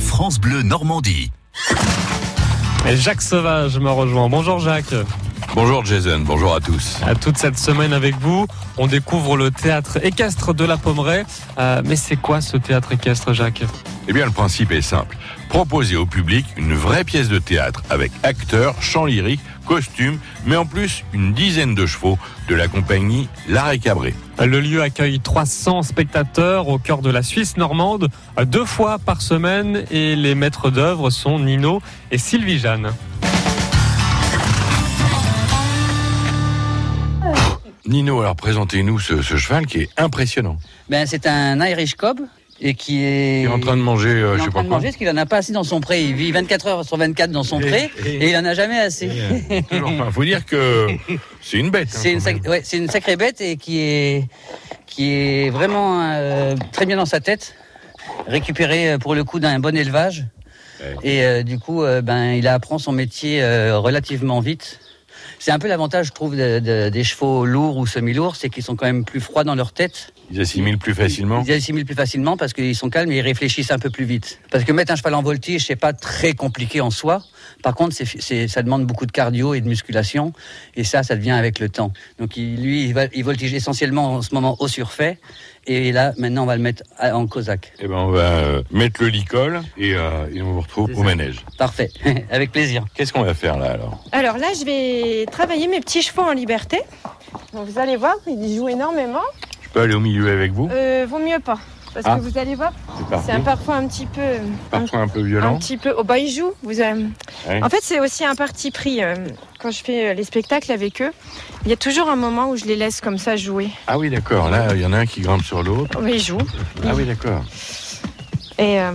France Bleu Normandie. Et Jacques Sauvage me rejoint. Bonjour Jacques. Bonjour Jason, bonjour à tous. À toute cette semaine avec vous, on découvre le théâtre équestre de la Pommeraye. Euh, mais c'est quoi ce théâtre équestre, Jacques Eh bien, le principe est simple. Proposer au public une vraie pièce de théâtre avec acteurs, chants lyriques, costumes, mais en plus une dizaine de chevaux de la compagnie L'Arrêt Cabré. Le lieu accueille 300 spectateurs au cœur de la Suisse normande, deux fois par semaine, et les maîtres d'œuvre sont Nino et Sylvie Jeanne. Nino, alors présentez-nous ce, ce cheval qui est impressionnant. Ben, c'est un Irish Cob et qui est, Il est en train de manger, euh, il est je en sais train pas de quoi. manger parce qu'il en a pas assez dans son pré. Il vit 24 heures sur 24 dans son pré et il en a jamais assez. Toujours, enfin, faut dire que c'est une bête. hein, C'est une, quand même. sac- ouais, c'est une sacrée bête et qui est, qui est vraiment euh, très bien dans sa tête, récupérée euh, pour le coup d'un bon élevage. Ouais. Et euh, du coup, euh, ben, il apprend son métier euh, relativement vite. C'est un peu l'avantage, je trouve, de- de- des chevaux lourds ou semi-lourds, c'est qu'ils sont quand même plus froids dans leur tête. Ils assimilent plus facilement. Ils assimilent plus facilement parce qu'ils sont calmes et ils réfléchissent un peu plus vite. Parce que mettre un cheval en voltige, c'est pas très compliqué en soi. Par contre, c'est- c'est- ça demande beaucoup de cardio et de musculation. Et ça, ça devient avec le temps. Donc, il- lui, il, va- il voltige essentiellement en ce moment au surfait. Et là, maintenant, on va le mettre à- en cosaque. Eh ben, on va euh, mettre le licol et, euh, et on vous retrouve C'est au ça. manège. Parfait. avec plaisir. Qu'est-ce qu'on va faire là alors Alors là, je vais travailler mes petits chevaux en liberté. Donc vous allez voir, ils jouent énormément. Je peux aller au milieu avec vous Euh, vaut mieux pas. Parce Ah. que vous allez voir, C'est c'est parti. un parfois un petit peu. Un, Parfois un peu un violent. petit peu. Oh bah ils jouent. Vous, euh, Ouais. En fait, c'est aussi un parti pris. euh, quand je fais euh, les spectacles avec eux, il y a toujours un moment où je les laisse comme ça jouer. Ah oui, d'accord. Là, il y en a un qui grimpe sur l'autre. Oh, bah, ils jouent. Ah oui, d'accord. Et euh,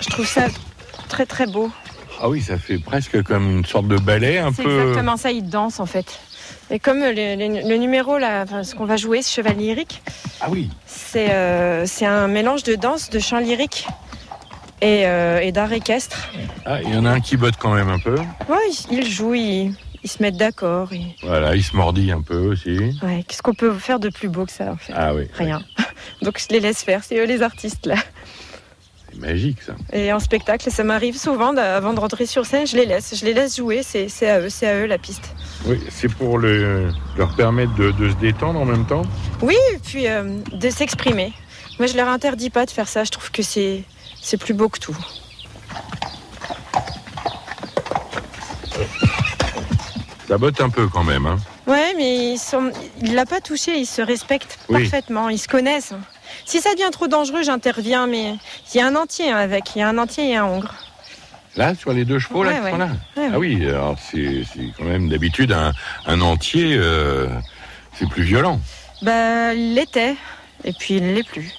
je trouve ça très très beau. Ah oui, ça fait presque comme une sorte de ballet, un C'est peu. exactement ça, ils dansent en fait. Et comme le, le- le numéro, là, enfin, ce qu'on va jouer, ce cheval lyrique, Ah oui. C'est euh, c'est un mélange de danse, de chant lyrique et, euh, et d'art équestre. Ah, il y en a un qui botte quand même un peu. Ouais, ils, ils jouent, ils, ils se mettent d'accord. et- Voilà, il se mordit un peu aussi. Ouais, Qu'est-ce qu'on peut faire de plus beau que ça en fait Ah oui. Rien. Donc je les laisse faire, c'est eux les artistes là. C'est magique ça. Et en spectacle, ça m'arrive souvent d'a- avant de rentrer sur scène, je les laisse, je les laisse jouer, c'est c'est à eux, c'est à eux la piste. Oui, c'est pour le- leur permettre de, de se détendre en même temps. Et puis euh, de s'exprimer. Moi je leur interdis pas de faire ça, je trouve que c'est c'est plus beau que tout. Ça botte un peu quand même. Hein. Ouais, mais ils sont... il l'a pas touché, ils se respectent Oui. parfaitement, ils se connaissent. Si ça devient trop dangereux, j'interviens, mais il y a un entier hein, avec, il y a un entier et un hongre. Là, sur les deux chevaux là, Ouais, qui ouais. sont là. Ouais, Ah oui, alors c'est c'est quand même d'habitude un, un entier, euh, c'est plus violent. Bah, il l'était, et puis il ne l'est plus.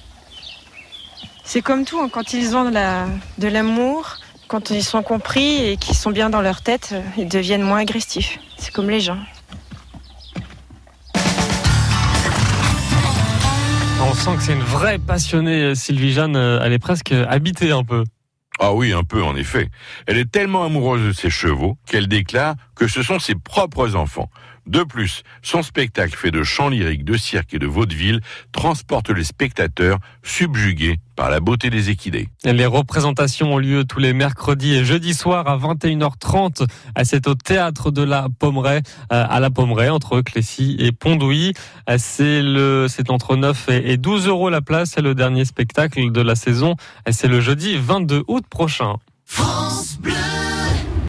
C'est comme tout, hein, quand ils ont de la- de l'amour, quand ils sont compris et qu'ils sont bien dans leur tête, euh, ils deviennent moins agressifs. C'est comme les gens. On sent que c'est une vraie passionnée, Sylvie Jeanne. euh, Elle est presque habitée un peu. Ah oui, un peu en effet. Elle est tellement amoureuse de ses chevaux qu'elle déclare que ce sont ses propres enfants. De plus, son spectacle fait de chants lyriques, de cirque et de vaudeville transporte les spectateurs subjugués par la beauté des équidés. Et Les représentations ont lieu tous les mercredis et jeudis soirs à 21h30. Euh, C'est au théâtre de la Pommeraye, euh, à la Pommeraye, entre Clécy et Pondouilly. Euh, C'est le, c'est entre 9 et et 12 euros Euh, la place. C'est le dernier spectacle de la saison. Et C'est le jeudi 22 août prochain. France